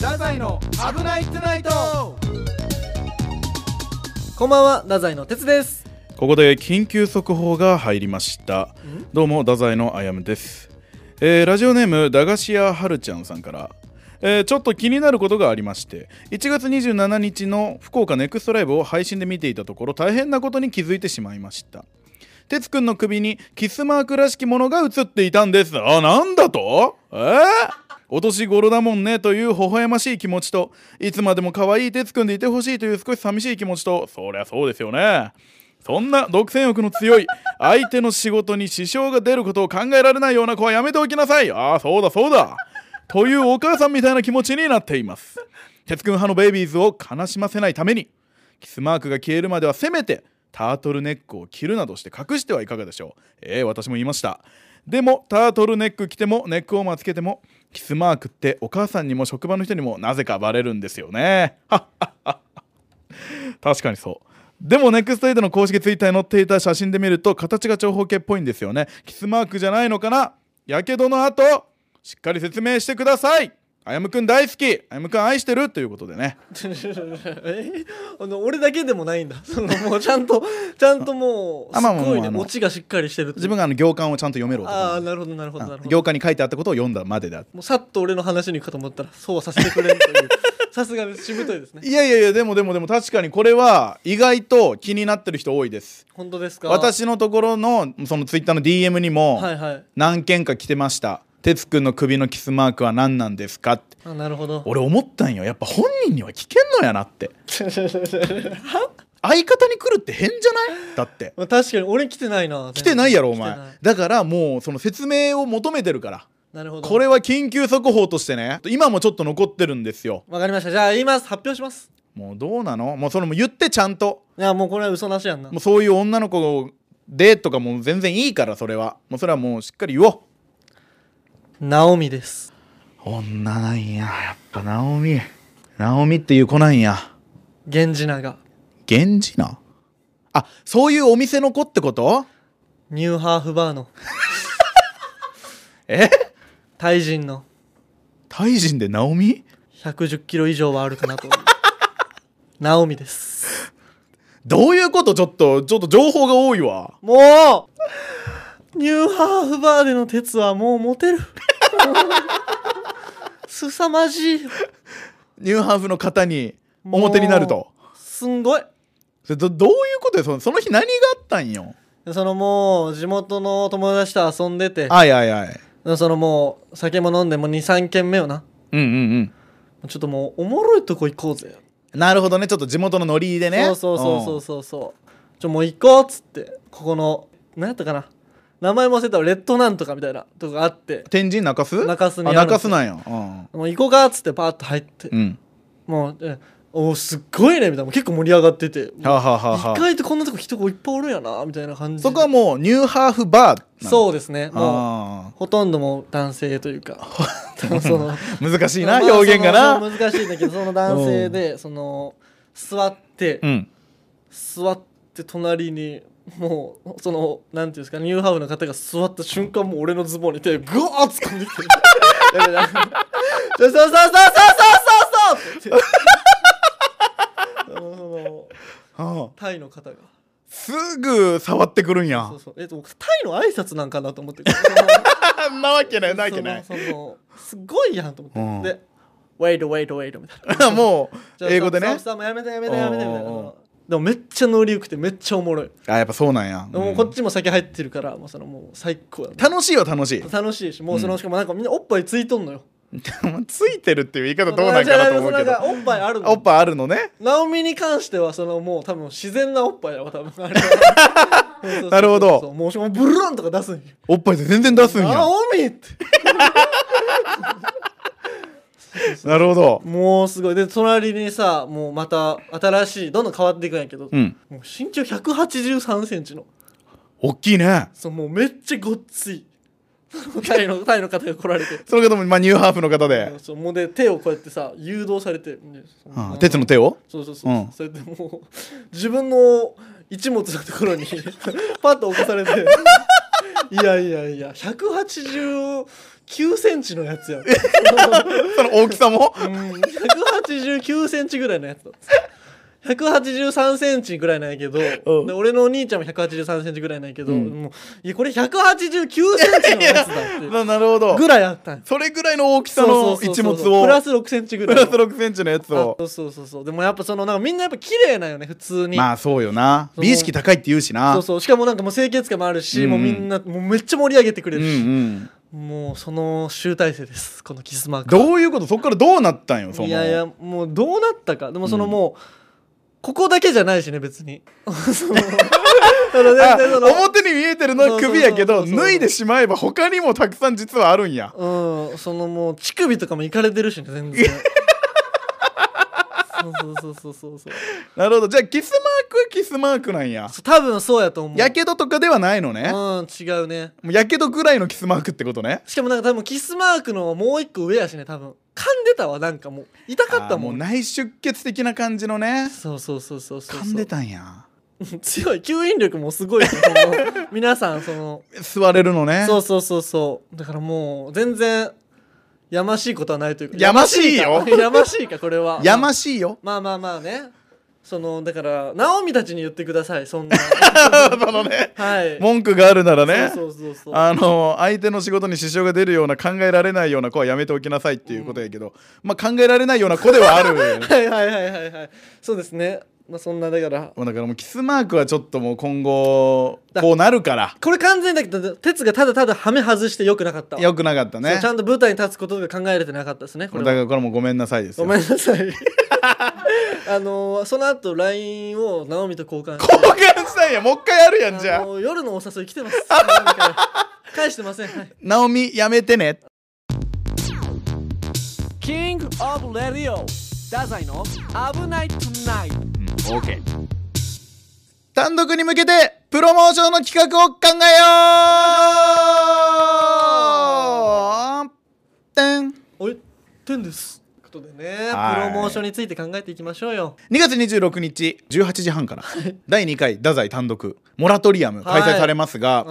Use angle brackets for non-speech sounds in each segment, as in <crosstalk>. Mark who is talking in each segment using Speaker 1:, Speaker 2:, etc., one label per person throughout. Speaker 1: 太宰の危ないトゥナイト
Speaker 2: こんばんは、太宰の哲です。
Speaker 3: ここで緊急速報が入りましたどうも太宰のあやむです、えーラジオネーム駄菓子屋はるちゃんさんから、えーちょっと気になることがありまして1月27日の福岡ネクストライブを配信で見ていたところ大変なことに気づいてしまいました哲くんの首にキスマークらしきものが映っていたんですあなんだとえーお年頃だもんねという微笑ましい気持ちといつまでも可愛い哲くんでいてほしいという少し寂しい気持ちとそりゃそうですよねそんな独占欲の強い相手の仕事に支障が出ることを考えられないような子はやめておきなさいああそうだそうだというお母さんみたいな気持ちになっています哲くん派のベイビーズを悲しませないためにキスマークが消えるまではせめてタートルネックを着るなどして隠してはいかがでしょうええ私も言いましたでもタートルネック着てもネックウォーマーつけてもキスマークってお母さんにも職場の人にもなぜかバレるんですよねはっはっは確かにそうでもネクストエイドの公式ツイッターに載っていた写真で見ると形が長方形っぽいんですよねキスマークじゃないのかなやけどの後しっかり説明してくださいあやむくん大好きあやむくん愛してるということでね
Speaker 2: <laughs> えあの俺だけでもないんだ。 <laughs> そのもうちゃんと、ちゃんともう、
Speaker 3: あ
Speaker 2: す
Speaker 3: まあまあ
Speaker 2: ごい
Speaker 3: まあ
Speaker 2: ね、
Speaker 3: あの
Speaker 2: オチがしっかりしてるっていう
Speaker 3: 自分があの行間をちゃんと読めろと
Speaker 2: ああ、
Speaker 3: か
Speaker 2: なるほど、なるほど、なるほど。
Speaker 3: 行間に書いてあったことを読んだまでだ
Speaker 2: もうさっと俺の話に行くかと思ったら、そうはさせてくれんと
Speaker 3: <laughs>
Speaker 2: いう。さすがです。しぶといですね。
Speaker 3: いやいやいやでもでもでも確かにこれは意外と気になってる人多いです
Speaker 2: 本当ですか。
Speaker 3: 私のところのそのツイッターの DM にも
Speaker 2: はいはい。
Speaker 3: 何件か来てました「哲くんの首のキスマークは何なんですか?」って
Speaker 2: あ、なるほど。
Speaker 3: 俺思ったんよやっぱ本人には聞けんのやなって相方に来るって変じゃないだって
Speaker 2: まあ確かに俺来てないな。
Speaker 3: 来てないやろお前
Speaker 2: 来てない
Speaker 3: だからもうその説明を求めてるから
Speaker 2: なるほど。
Speaker 3: これは緊急速報としてね今もちょっと残ってるんですよ
Speaker 2: わかりました。じゃあ、言います。発表します。
Speaker 3: もうどうなのもうそれも言ってちゃんと
Speaker 2: いや、もうこれは嘘なしやんな
Speaker 3: も。うそういう女の子でとかもう全然いいからそれはもうそれはもうしっかり言おう
Speaker 2: ナオミです。
Speaker 3: 女なんややっぱナオミナオミっていう子なんや
Speaker 2: 源氏名が。
Speaker 3: 源氏なあそういうお店の子ってこと
Speaker 2: ニューハーフバーの。
Speaker 3: え
Speaker 2: タイ人の。
Speaker 3: タイ人でナオミ
Speaker 2: 110キロ以上はあるか
Speaker 3: <laughs>
Speaker 2: なと。ナオミです。
Speaker 3: どういうことちょっとちょっと情報が多いわ
Speaker 2: もうニューハーフバーでの鉄はもうモ
Speaker 3: <laughs>
Speaker 2: テる。すさまじい。
Speaker 3: ニューハーフの方に表になると
Speaker 2: すんごい。
Speaker 3: それどどういうことよそのその日何があったんよ
Speaker 2: そのもう地元の友達と遊んでて、
Speaker 3: あいあいあい
Speaker 2: そのもう酒も飲んでもう2、3軒目よな。
Speaker 3: うんうん
Speaker 2: ちょっともうおもろいとこ行こうぜ。
Speaker 3: うんなるほどねちょっと地元のノリでね
Speaker 2: そうそうそうそうそうそう。ちょもう行こうっつって、ここの、何やったかな。名前も忘れたわレッドなんとかみたいなとこがあって、
Speaker 3: 天神中洲
Speaker 2: 中洲にあ
Speaker 3: あ
Speaker 2: るんで
Speaker 3: 中
Speaker 2: す
Speaker 3: 洲
Speaker 2: よ
Speaker 3: なんやうん
Speaker 2: もう行こうかっつってパーッと入って、
Speaker 3: うん
Speaker 2: もうえ「おーすっごいね」みたいな結構盛り上がってて
Speaker 3: はあはあはあはあ
Speaker 2: 意外とこんなとこ人がいっぱいおるんやなみたいな感じで
Speaker 3: そこはもうニューハーフバーなの
Speaker 2: そうですねもう
Speaker 3: あ
Speaker 2: ほとんどもう男性というか
Speaker 3: <laughs>
Speaker 2: その
Speaker 3: ー難しいな
Speaker 2: まあ
Speaker 3: 表現が
Speaker 2: その
Speaker 3: な
Speaker 2: そう難しいんだけどその男性でその座って、
Speaker 3: うん
Speaker 2: 座って隣にもうそのなんていうんですかニューハーフの方が座った瞬間もう俺のズボンに手をグワーッ突っ込んできて「やべやべそうそうそうそうそうそうそう!」って言ってあのその
Speaker 3: はあ
Speaker 2: タイの方が
Speaker 3: すぐ触ってくるんや
Speaker 2: そうそうえっと僕タイの挨拶なんかなと思ってその
Speaker 3: あ <laughs> んなわけないなわけない
Speaker 2: そのそのすごいやんと思って、
Speaker 3: うん
Speaker 2: で「ウェイトウェイトウェイト」みたいな
Speaker 3: <laughs> も
Speaker 2: じ
Speaker 3: う
Speaker 2: ゃあ
Speaker 3: 英語で
Speaker 2: スタッ
Speaker 3: ね
Speaker 2: フさんもやめてやめてやめてみたい
Speaker 3: うんうんう
Speaker 2: なんでもめっちゃノリ良くてめっちゃおもろい
Speaker 3: あやっぱそうなんや、
Speaker 2: も
Speaker 3: う
Speaker 2: うんこっちも酒入ってるからもうそのもう最高やね
Speaker 3: 楽しいは楽しい <laughs>
Speaker 2: 楽しいしもうそのしかもなんかみんなおっぱいついとんのよ
Speaker 3: ついてるっていう言い方どうなんかなと思
Speaker 2: その
Speaker 3: うけど
Speaker 2: なんかおっぱいあるの
Speaker 3: おっぱいあるのね
Speaker 2: ナオミに関してはそのもう多分自然なおっぱいだわ多分あれ
Speaker 3: <laughs>
Speaker 2: そうそうそうそう
Speaker 3: なるほど
Speaker 2: もうもうブルーンとか出すんよ
Speaker 3: おっぱいで全然出すん
Speaker 2: ナ
Speaker 3: や
Speaker 2: オミって
Speaker 3: なるほど
Speaker 2: もうすごいで隣にさもうまた新しいどんどん変わっていくんやけど、
Speaker 3: うん
Speaker 2: もう身長1 8 3ンチの
Speaker 3: おっきいね
Speaker 2: そうもうめっちゃごっつい <laughs> タイのタイの方が来られて
Speaker 3: その方も、まあ、ニューハーフの方で、
Speaker 2: そうもうで手をこうやってさ誘導されて、ねそ
Speaker 3: うん
Speaker 2: の
Speaker 3: 鉄の手を
Speaker 2: そうそうそう、
Speaker 3: うん
Speaker 2: それでもう <laughs> 自分の一物のところにパッと起こされていやいやいや189センチのやつやん
Speaker 3: その大きさも
Speaker 2: うん189センチぐらいのやつだった183センチぐらいなんやけど、
Speaker 3: うん
Speaker 2: で俺のお兄ちゃんも183センチぐらいなんやけど、
Speaker 3: うん
Speaker 2: もういやこれ189センチのやつだっ
Speaker 3: ななる
Speaker 2: て
Speaker 3: ほど
Speaker 2: ぐらいあったんや
Speaker 3: それぐらいの大きさ
Speaker 2: そう
Speaker 3: の
Speaker 2: そうそうそ
Speaker 3: 一
Speaker 2: う
Speaker 3: 物を
Speaker 2: プラス6センチぐ
Speaker 3: プ
Speaker 2: らい
Speaker 3: ラス
Speaker 2: の
Speaker 3: 6センチのやつを
Speaker 2: あそうそうそうでもやっぱそのなんかみんなやっぱ綺麗なんよね普通に、
Speaker 3: まあそうよな
Speaker 2: そう
Speaker 3: 美意識高いって言うしな
Speaker 2: そうそうしかもなんかもう清潔感もあるし、
Speaker 3: うん
Speaker 2: もうみんなもうめっちゃ盛り上げてくれ
Speaker 3: うん
Speaker 2: るし、
Speaker 3: うん
Speaker 2: もうその集大成ですこのキスマーク
Speaker 3: どういうことそっからどうなったんよその
Speaker 2: いやいやもうどうなったかでもそのもう、ここだけじゃないしね別
Speaker 3: <laughs>
Speaker 2: にそのその
Speaker 3: あ
Speaker 2: 全然その
Speaker 3: 表に見えてるのは首やけど
Speaker 2: そうそうそうそう
Speaker 3: 脱いでしまえば他にもたくさん実はあるんや
Speaker 2: うんそのもう乳首とかもいかれてるしね全
Speaker 3: <laughs>
Speaker 2: 然そうそうそうそうそう
Speaker 3: なるほどじゃあキスマークはキスマークなんや
Speaker 2: そう多分そうやと思う
Speaker 3: やけどとかではないのね
Speaker 2: うん違うね
Speaker 3: もうやけどぐらいのキスマークってことね
Speaker 2: しかもなんか多分キスマークのもう一個上やしね多分噛んでたわなんかもう痛かっ
Speaker 3: あー
Speaker 2: た
Speaker 3: も
Speaker 2: も
Speaker 3: うん内出血的な感じのね
Speaker 2: そうそうそうそうそう
Speaker 3: 噛んでたんや
Speaker 2: 強い吸引力もすごいしその <laughs> 皆さんその
Speaker 3: 吸われるのね
Speaker 2: そうそうそうそうだからもう全然やましいことはないというか
Speaker 3: やましいよ
Speaker 2: やましいか <laughs> やましいかこれは
Speaker 3: やましいよ
Speaker 2: まあまあまあねそのだからナオミたちに言ってくださいそ
Speaker 3: <laughs>
Speaker 2: んな
Speaker 3: そのね
Speaker 2: はい
Speaker 3: 文句があるならね
Speaker 2: そうそうそうそう
Speaker 3: あの相手の仕事に支障が出るような考えられないような子はやめておきなさいっていうことやけど、まあ考えられないような子ではある
Speaker 2: はいはいはいはいはいそうですねまあそんなだから
Speaker 3: もうだからもうキスマークはちょっともう今後こうなるから
Speaker 2: これ完全にだけど哲がただただハメ外してよくなかったわ
Speaker 3: よくなかった
Speaker 2: そう
Speaker 3: ね
Speaker 2: ちゃんと舞台に立つことが考えれてなかったですねこ
Speaker 3: だ
Speaker 2: れ
Speaker 3: か
Speaker 2: は
Speaker 3: らこれはもうごめんなさいです
Speaker 2: ご
Speaker 3: よ <laughs>
Speaker 2: めんなさいあのその後 LINE をナオミと交換して
Speaker 3: 交換したんやもう一回やるやんじ
Speaker 2: あ
Speaker 3: ゃあ
Speaker 2: の夜のお誘い来てます。なんか返してません。はい
Speaker 3: 「ナオミやめてね
Speaker 1: キングオブレディオダザイの危ないトゥナイト」
Speaker 3: 単独に向けてプロモーションの企画を考えようてん
Speaker 2: おい、てんです。ということでね、
Speaker 3: はい
Speaker 2: プロモーションについて考えていきましょうよ。
Speaker 3: 2月26日18時半から第2回太宰単独モラトリアム開催されますが、
Speaker 2: あ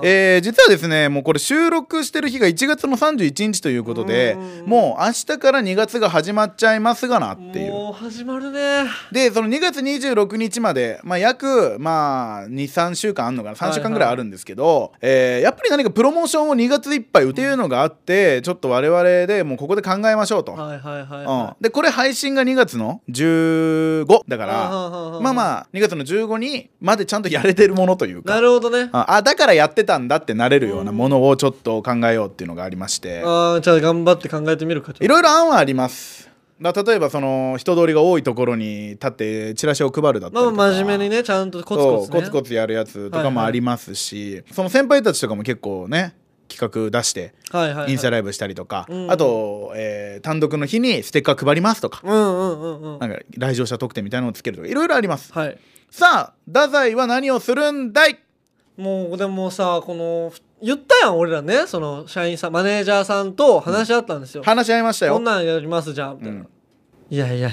Speaker 2: ー
Speaker 3: えー実はですねもうこれ収録してる日が1月の31日ということで
Speaker 2: うん
Speaker 3: もう明日から2月が始まっちゃいますがなっていう。
Speaker 2: もう始まるね。
Speaker 3: でその2月26日まで、まあ、約、まあ、23週間あんのかな3週間ぐらいあるんですけど、えーやっぱり何かプロモーションを2月いっぱい打てるのがあって、ちょっと我々でもうここで考えましょうと、
Speaker 2: はいはいはい、
Speaker 3: うん
Speaker 2: は、
Speaker 3: でこれ配信が2月の15だか
Speaker 2: い。
Speaker 3: ら
Speaker 2: あーはーはーはー
Speaker 3: まあまあ2月の15にまでちゃんとやれてるものという
Speaker 2: な
Speaker 3: か
Speaker 2: るほどね。
Speaker 3: ああだからやってたんだってなれるようなものをちょっと考えようっていうのがありまして
Speaker 2: あーじゃあ頑張って考えてみるかちょ
Speaker 3: い
Speaker 2: っと
Speaker 3: ろいろ案はありますだ例えばその人通りが多いところに立ってチラシを配るだったり
Speaker 2: まあ
Speaker 3: とか
Speaker 2: まあ真面目にねちゃんとコツコツ、
Speaker 3: そう
Speaker 2: ね、
Speaker 3: コツコツやるやつとか
Speaker 2: はい
Speaker 3: も
Speaker 2: はい
Speaker 3: ありますし、その先輩たちとかも結構ね企画出して
Speaker 2: はいはい、はい、
Speaker 3: インスタライブしたりとか、
Speaker 2: うん
Speaker 3: あと、えー単独の日にステッカー配りますとか、
Speaker 2: うんうんうんうん
Speaker 3: なんか来場者特典みたいなのをつけるとかいろいろあります
Speaker 2: はい
Speaker 3: さあ太宰は何をするんだい
Speaker 2: もうでもさこの言ったやん俺らねその社員さんマネージャーさんと話し合ったんですよ、
Speaker 3: 話し合いました
Speaker 2: こ
Speaker 3: よ
Speaker 2: んなんやりますじゃんみたいな、
Speaker 3: うん
Speaker 2: いやいやいやいや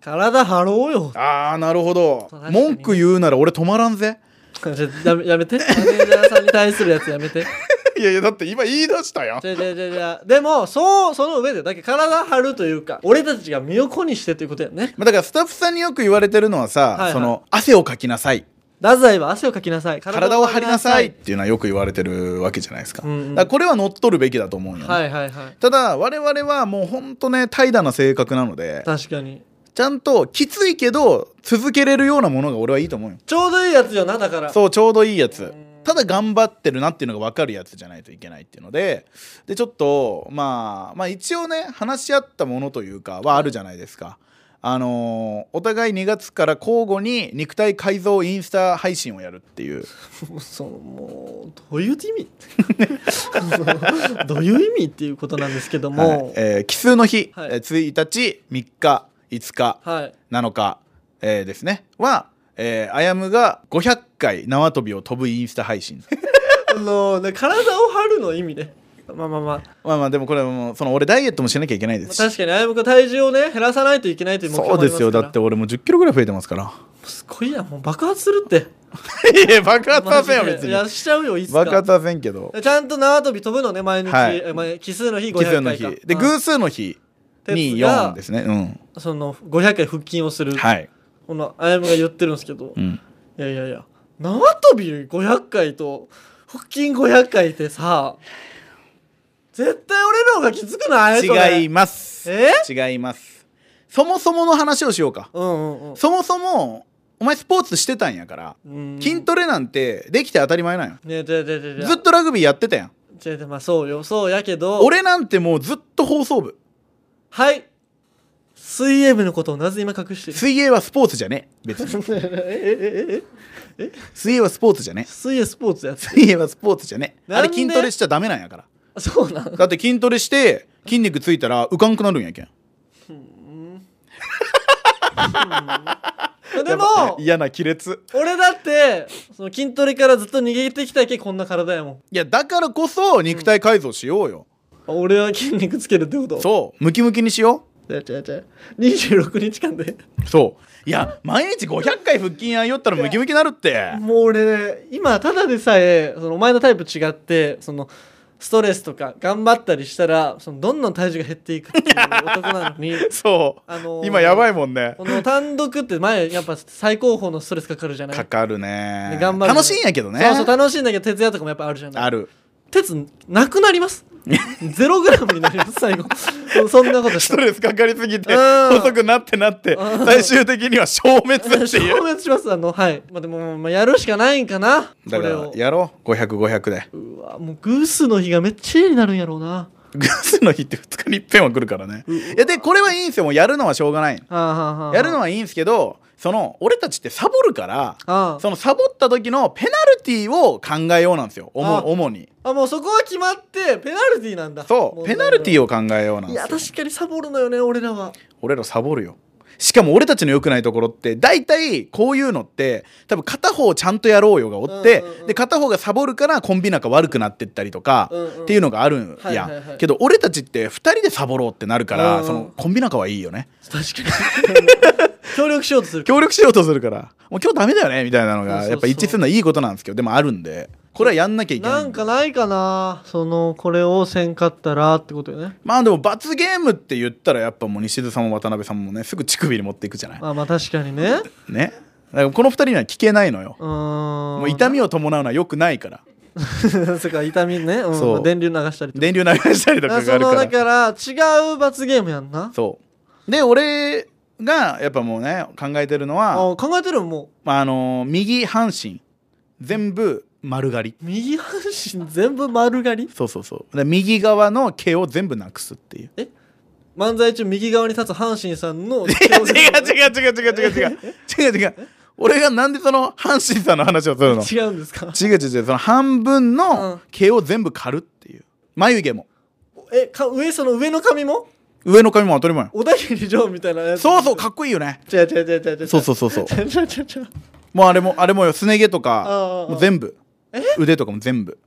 Speaker 2: 体張ろうよ <laughs>
Speaker 3: ああなるほど
Speaker 2: そう確かにね
Speaker 3: 文句言うなら俺止まらんぜ
Speaker 2: ちょやめやめてマネージャーさんに対するやつやめて
Speaker 3: <laughs>
Speaker 2: <laughs>
Speaker 3: いやいやだって今言い出したやん
Speaker 2: じゃじゃじゃじゃでもそうその上でだけ体張るというか俺たちが身を粉にしてということやね
Speaker 3: まあだからスタッフさんによく言われてるのはさ、
Speaker 2: はいはい
Speaker 3: その汗をかきなさい
Speaker 2: 太宰は汗をかきなさい
Speaker 3: 体を張りなさいっていうのはよく言われてるわけじゃないですか,、
Speaker 2: うんうん
Speaker 3: だからこれは乗っ取るべきだと思うんよ、ね
Speaker 2: はいはいはい
Speaker 3: ただ我々はもうほんとね怠惰な性格なので
Speaker 2: 確かに
Speaker 3: ちゃんときついけど続けれるようなものが俺はいいと思うよ
Speaker 2: ちょうどいいやつよなだから
Speaker 3: そうちょうどいいやつただ頑張ってるなっていうのが分かるやつじゃないといけないっていうのででちょっとまあまあ一応ね話し合ったものというかはあるじゃないですか。あのーお互い2月から交互に肉体改造インスタ配信をやるっていう
Speaker 2: もうそのもうどういう意味 <laughs> どういう意味っていうことなんですけど
Speaker 3: はい
Speaker 2: も
Speaker 3: えー奇数の日、
Speaker 2: はい
Speaker 3: えー1日3日5日
Speaker 2: はい
Speaker 3: 7日、えーですねは、えー、あやむが500回縄跳びを跳ぶインスタ配信 <laughs>
Speaker 2: あのね体を張るの意味ねまあまあまあ、ま
Speaker 3: まあまあでもこれはもうその俺ダイエットもしなきゃいけないで
Speaker 2: あ、
Speaker 3: すし
Speaker 2: 確かにあやむくん体重をね減らさないといけないという目標
Speaker 3: そ
Speaker 2: も
Speaker 3: う
Speaker 2: あり
Speaker 3: で
Speaker 2: ますすか
Speaker 3: よ
Speaker 2: ら
Speaker 3: だって俺も1 0キロぐらい増えてますから
Speaker 2: すごいやんもう爆発するって
Speaker 3: <laughs> いや爆発はせんよ
Speaker 2: マジで
Speaker 3: 別に
Speaker 2: いやしちゃうよいつか
Speaker 3: 爆発はせんけど
Speaker 2: ちゃんと縄跳び飛ぶのね毎日、
Speaker 3: はい
Speaker 2: え毎奇数の日500
Speaker 3: 奇
Speaker 2: 回か
Speaker 3: 数の日で
Speaker 2: うん
Speaker 3: 偶数の日に
Speaker 2: 鉄が
Speaker 3: 4ですねう
Speaker 2: その500回腹筋をする、
Speaker 3: んはい、
Speaker 2: このあやむが言ってるんですけど、い
Speaker 3: うん、
Speaker 2: やいやいや縄跳び500回と腹筋500回ってさ絶対俺の方がきつくないそれ
Speaker 3: 違います
Speaker 2: え
Speaker 3: 違いますそもそもの話をしようか
Speaker 2: うんうんうん
Speaker 3: そもそもお前スポーツしてたんやから
Speaker 2: うん
Speaker 3: 筋トレなんてできて当たり前なんよ
Speaker 2: ねえでででで
Speaker 3: ずっとラグビーやってたやん
Speaker 2: 違う違うまあそうよそうやけど
Speaker 3: 俺なんてもうずっと放送部
Speaker 2: はい水泳部のことをなぜ今隠してる
Speaker 3: 水泳はスポーツじゃねえ別 <laughs> に
Speaker 2: ええええ
Speaker 3: 水泳はスポーツじゃねえ
Speaker 2: 水泳スポーツやつ
Speaker 3: 水泳はスポーツじゃねえあ
Speaker 2: なんで
Speaker 3: れ筋トレしちゃダメなんやから
Speaker 2: そうなん
Speaker 3: だって筋トレして筋肉ついたら浮かんくなるんやけん
Speaker 2: でも
Speaker 3: 嫌な亀裂
Speaker 2: 俺だってその筋トレからずっと逃げてきたけこんな体やもん
Speaker 3: いやだからこそ肉体改造しようよ、
Speaker 2: あ俺は筋肉つけるってこと
Speaker 3: そうムキムキにしよ
Speaker 2: 違う違う違う26日間で
Speaker 3: うそういや毎日500回腹筋やんよったらムキムキなるって
Speaker 2: もう俺今ただでさえそのお前のタイプ違ってそのストレスとか頑張ったりしたらそのどんどん体重が減っていくっていう男なのに
Speaker 3: <laughs> そう、
Speaker 2: あのー
Speaker 3: 今やばいもんね
Speaker 2: この単独って前やっぱ最高峰のストレスかかるじゃない
Speaker 3: かかるね
Speaker 2: で頑張る
Speaker 3: 楽しいんやけどね
Speaker 2: そうそう楽しいんだけど徹夜とかもやっぱあるじゃない
Speaker 3: ある
Speaker 2: 鉄なくなります <laughs> ゼログラムになります最後そそんなことし
Speaker 3: <laughs> スト
Speaker 2: たら
Speaker 3: レスかかりすぎて
Speaker 2: うん
Speaker 3: 細くなってなって
Speaker 2: うん
Speaker 3: 最終的には消滅っ
Speaker 2: <laughs>
Speaker 3: てい
Speaker 2: 消
Speaker 3: う
Speaker 2: 滅しますあのはいまあでも、まあ、やるしかないんかなこ
Speaker 3: だか
Speaker 2: れ
Speaker 3: ら
Speaker 2: を
Speaker 3: やろう500500で <laughs>
Speaker 2: うわもう偶数の日がめっちゃ嫌になるんやろうな
Speaker 3: グスの日って2日に一遍は来るからねいやでこれはいいんすよもうやるのはしょうがない
Speaker 2: はあはあはあ
Speaker 3: やるのはいいんすけどその俺たちってサボるから
Speaker 2: あ
Speaker 3: そのサボった時のペナルティを考えようなんですよ主
Speaker 2: あ
Speaker 3: 主に
Speaker 2: ああもうそこは決まってペナルティーなんだ
Speaker 3: そうペナルティ
Speaker 2: を
Speaker 3: を考えようなん
Speaker 2: い
Speaker 3: で
Speaker 2: や
Speaker 3: すよ
Speaker 2: 確かにサボるのよね俺らは
Speaker 3: 俺らサボるよしかも俺たちの良くないところって大体こういうのって多分片方ちゃんとやろうよがおって、
Speaker 2: うんうんうん
Speaker 3: で片方がサボるからコンビ仲悪くなってったりとか、
Speaker 2: うんうん
Speaker 3: っていうのがあるんや、
Speaker 2: はいはいはい
Speaker 3: けど俺たちって2人でサボろうってなるから、
Speaker 2: うん
Speaker 3: そのコンビ仲はいいよね
Speaker 2: 確かに <laughs> 協力しようとする
Speaker 3: 協力しようとするからもう今日ダメだよねみたいなの
Speaker 2: そうそう
Speaker 3: が
Speaker 2: そう
Speaker 3: やっぱ一致するのはいいことなんですけどでもあるんでこれはやんなきゃいけない
Speaker 2: なんかないかなそのこれをせんかったらってことよね
Speaker 3: まあでも罰ゲームって言ったらやっぱもう西津さんも渡辺さんもねすぐ乳首に持っていくじゃない
Speaker 2: まあまあ確かにね
Speaker 3: ねだからこの2人には聞けないのよ
Speaker 2: うーん
Speaker 3: もう痛みを伴うのは良くないから
Speaker 2: そっか痛みね、うん
Speaker 3: そう
Speaker 2: まあ電流流したりとか
Speaker 3: 電流流したりとか
Speaker 2: あ
Speaker 3: があ
Speaker 2: そ
Speaker 3: る
Speaker 2: のだか
Speaker 3: から
Speaker 2: ら違う罰ゲームやんな
Speaker 3: そうで俺がやっぱもうね考えてるの
Speaker 2: あ
Speaker 3: は
Speaker 2: 考えてるも
Speaker 3: まああのー右半身全部丸刈り
Speaker 2: う右半身全部丸刈り
Speaker 3: そうそうそうで右側の毛を全部なくすっていう
Speaker 2: 漫才中右側に立つ阪神さん
Speaker 3: <laughs>
Speaker 2: の
Speaker 3: 違う違う違う違う違う違う違う違う俺がなんでその阪神さんの話をするの
Speaker 2: 違うんですか
Speaker 3: 違う違う違うその半分
Speaker 2: う
Speaker 3: の
Speaker 2: ん
Speaker 3: 毛を全部刈るっていう眉毛も
Speaker 2: えか上その上の髪も
Speaker 3: 上の髪も当たり前よ
Speaker 2: 小田切城みたいなやつ
Speaker 3: そうそうかっこいいよね
Speaker 2: 違う違う違う違う違う
Speaker 3: そうそうそうそう
Speaker 2: 違う違う違う違う
Speaker 3: もうあれもあれもよすね毛と
Speaker 2: あ
Speaker 3: か
Speaker 2: あ
Speaker 3: もう全部腕とかも全部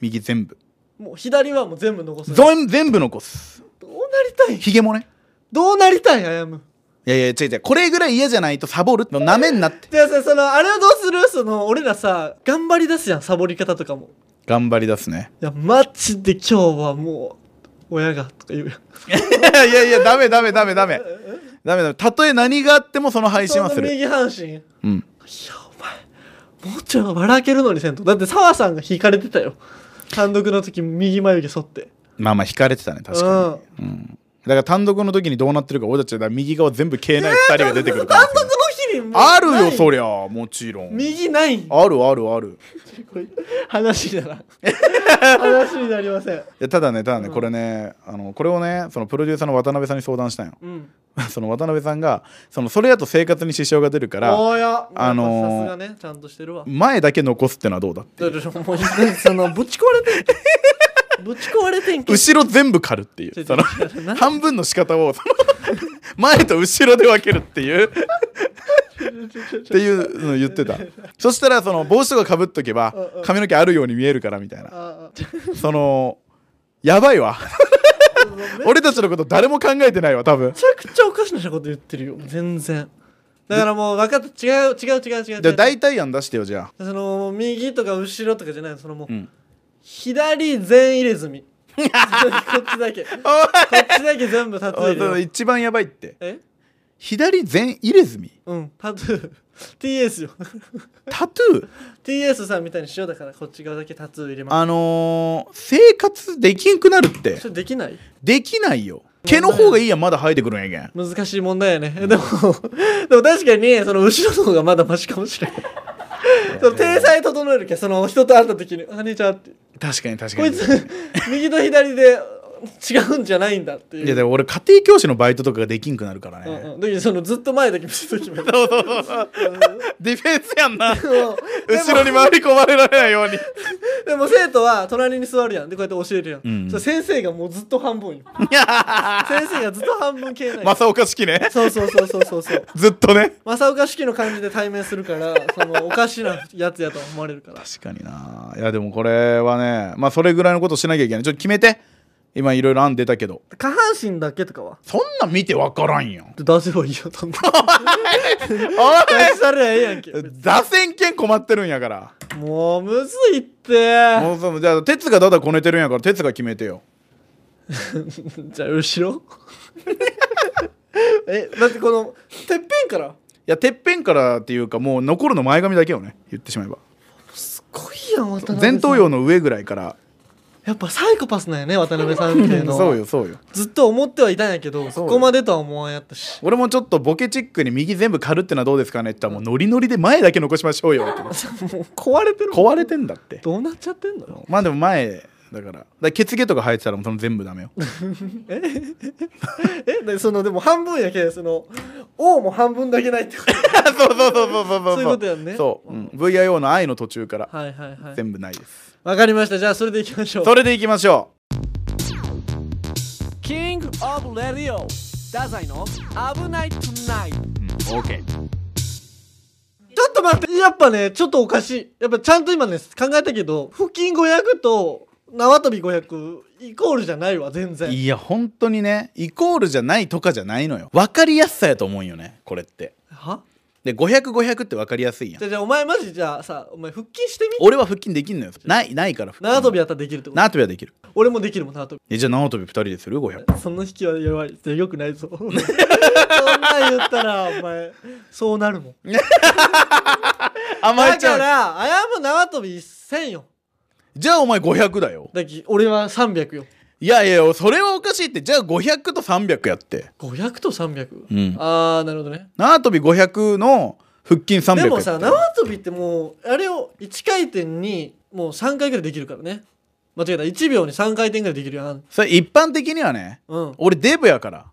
Speaker 3: 右全部
Speaker 2: もう左はもう全部残すどう
Speaker 3: 全全部残す
Speaker 2: なりたい
Speaker 3: ひげもね
Speaker 2: どうなりたいあやむ
Speaker 3: いやいや違う違うこれぐらい嫌じゃないとサボるのなめんなって
Speaker 2: でさそのあれはどうするその俺らさ頑張り出すやんサボり方とかも
Speaker 3: 頑張り出すね <laughs>
Speaker 2: いやマジで今日はもう親がとか言うやん
Speaker 3: いやいやいやダメダメダメダメダメダメたとえ何があってもその配信はす
Speaker 2: その
Speaker 3: る
Speaker 2: 右半身
Speaker 3: うん
Speaker 2: いやお前もうちょい笑けるのにせんとだって澤さんが引かれてたよ単独の時右眉毛剃って
Speaker 3: まあまあ引かれてたね確かに、うんだから単独の時にどうなってるか俺たちはだから右側全部消えない2人が出てくるか
Speaker 2: 単
Speaker 3: ら、
Speaker 2: 独の日にもう
Speaker 3: ある
Speaker 2: な
Speaker 3: よ
Speaker 2: い
Speaker 3: そりゃもちろん
Speaker 2: 右ないんこ
Speaker 3: あるあるある
Speaker 2: れ話にな
Speaker 3: <laughs>
Speaker 2: らん話になりません
Speaker 3: いやただねただね、
Speaker 2: うん
Speaker 3: これねあのこれをねそのプロデューサーの渡辺さんに相談したんよ <laughs>
Speaker 2: うん
Speaker 3: その渡辺さんがそのそれやと生活に支障が出るから
Speaker 2: おーや
Speaker 3: あのー
Speaker 2: やっぱさすがねちゃんとしてるわ
Speaker 3: 前だけ残すってのはどうだ
Speaker 2: だからもうそのぶち壊れてんけ
Speaker 3: <laughs>
Speaker 2: んぶち壊れてんけん
Speaker 3: 後ろ全部刈るっていうその
Speaker 2: ちょちょな
Speaker 3: 半分の仕方をそ <laughs> の前と後ろで分けるっていうっていうのを言ってたそしたらその帽子とかかぶっとけば
Speaker 2: うんうん
Speaker 3: 髪の毛あるように見えるからみたいな
Speaker 2: ああ
Speaker 3: そのやば
Speaker 2: <laughs>
Speaker 3: いわ俺たちのこと誰も考えてないわ多分
Speaker 2: めちゃくちゃおかしなこと言ってるよ全然だからもう分かった違う違う違う違う違う
Speaker 3: じゃあ代替案出してよじゃあ
Speaker 2: その右とか後ろとかじゃないそのもう、
Speaker 3: うん
Speaker 2: 左全入れ
Speaker 3: <laughs>
Speaker 2: 墨こっちだけこっちだけ全部タトゥ
Speaker 3: あ
Speaker 2: ー入れ
Speaker 3: で
Speaker 2: よ
Speaker 3: も
Speaker 2: う
Speaker 3: 一番やばいって
Speaker 2: え
Speaker 3: 左全入れ墨
Speaker 2: うんタトゥー TS よ <laughs>
Speaker 3: タトゥー
Speaker 2: TS さんみたいにしようだからこっち側だけタトゥー入れます
Speaker 3: あのー、生活できんくなるって
Speaker 2: それできない
Speaker 3: できないよ毛の方がいいやんまだ生えてくるんやけん
Speaker 2: 難しい問題やね、でも <laughs> でも確かにその後ろの方がまだマシかもしれないその体裁整えるけその人と会った時に「あ姉ちゃん」って
Speaker 3: 確かに確
Speaker 2: こ
Speaker 3: か
Speaker 2: い
Speaker 3: に
Speaker 2: つ <laughs> 右と左で違うんじゃないんだっていう
Speaker 3: いやでも俺家庭教師のバイトとかができんくなるからね、
Speaker 2: うんうん、だけどそのずっと前だけ見せときも
Speaker 3: そうそうそうディフェンスやんな
Speaker 2: もう
Speaker 3: 後ろに回り込まれられないように
Speaker 2: でも生徒は隣に座るやんでこうやって教えるやん、
Speaker 3: うん
Speaker 2: そしたら先生がもうずっと半分よ <laughs> 先生がずっと半分系ない、
Speaker 3: 正岡
Speaker 2: <laughs>
Speaker 3: 式ね
Speaker 2: そうそうそうそうそうそう
Speaker 3: ずっとね
Speaker 2: 正岡式の感じで対面するからそのおかしなやつやと思われるから
Speaker 3: 確かにないやでもこれはねまあそれぐらいのことしなきゃいけないちょっと決めて今いろいろ案出たけど
Speaker 2: 下半身だけとかは
Speaker 3: そんなん見てわからんやん
Speaker 2: 出せばいいよと思う
Speaker 3: お
Speaker 2: 出したらええやんけ
Speaker 3: い座選権困ってるんやから
Speaker 2: もうむずいって
Speaker 3: もうそうじゃあ哲がだだこねてるんやから哲が決めてよ
Speaker 2: じゃあ後ろ <laughs> えだってこのてっぺんから
Speaker 3: いやてっぺんからっていうかもう残るの前髪だけをね言ってしまえば
Speaker 2: すごいやん渡辺さん
Speaker 3: 前頭葉の上ぐらいから
Speaker 2: やっぱサイコパスなんやね渡辺さんって <laughs> いうのは
Speaker 3: そうよそうよ
Speaker 2: ずっと思ってはいたんやけど
Speaker 3: そう
Speaker 2: そ
Speaker 3: よ
Speaker 2: こまでとは思わんやったし
Speaker 3: 俺もちょっとボケチックに右全部刈るってのはどうですかねって言ったらもうノリノリで前だけ残しましょうよって
Speaker 2: もう <laughs> 壊れてる
Speaker 3: 壊れてんだって
Speaker 2: どうなっちゃってんの
Speaker 3: まあでも前だからだから血毛とか生えてたらも <laughs> うその全部ダメよ
Speaker 2: えでそのでも半分やけその O も半分だけないってこと
Speaker 3: そうそうそうそうそう
Speaker 2: そういうことやんね
Speaker 3: そう、うん、VIO の愛の途中から
Speaker 2: <laughs> はいはいはい
Speaker 3: 全部ないです、
Speaker 2: わかりましたじゃあそれでいきましょう
Speaker 3: それでいきましょ
Speaker 1: キングオブレディオ太宰の危ないトゥナイト
Speaker 3: う、うん、OK
Speaker 2: ちょっと待ってやっぱねちょっとおかしいやっぱちゃんと今ね考えたけど腹筋500と縄跳び500イコールじゃないわ全然
Speaker 3: いや本当にねイコールじゃないとかじゃないのよ分かりやすさやと思うんよねこれって
Speaker 2: は
Speaker 3: で500500って分かりやすいやん
Speaker 2: じゃあじゃあお前マジじゃあさお前腹筋してみ
Speaker 3: 俺は腹筋できんのよないないから腹
Speaker 2: 縄
Speaker 3: 筋
Speaker 2: 跳びやったらできるってこと
Speaker 3: 縄跳びはできる
Speaker 2: 俺もできるもん縄跳び
Speaker 3: えじゃあ縄跳び2人でする500
Speaker 2: その引きは弱いよく
Speaker 3: <laughs>
Speaker 2: ないぞそんなん言ったらお前そうなるもん
Speaker 3: 甘え
Speaker 2: だ
Speaker 3: ちゃ
Speaker 2: か
Speaker 3: う
Speaker 2: らあやむ縄跳び1000よ
Speaker 3: じゃあお前500だよ
Speaker 2: だき俺は300よ
Speaker 3: いやいやそれはおかしいってじゃあ500と300やって
Speaker 2: 500と300、
Speaker 3: うん
Speaker 2: ああなるほどね
Speaker 3: 縄跳び500の腹筋300や
Speaker 2: でもさ
Speaker 3: って
Speaker 2: 縄跳びってもうあれを1回転にもう3回ぐらいできるからね間違えた1秒に3回転ぐらいできるやん
Speaker 3: それ一般的にはね
Speaker 2: うんう
Speaker 3: 俺デブやから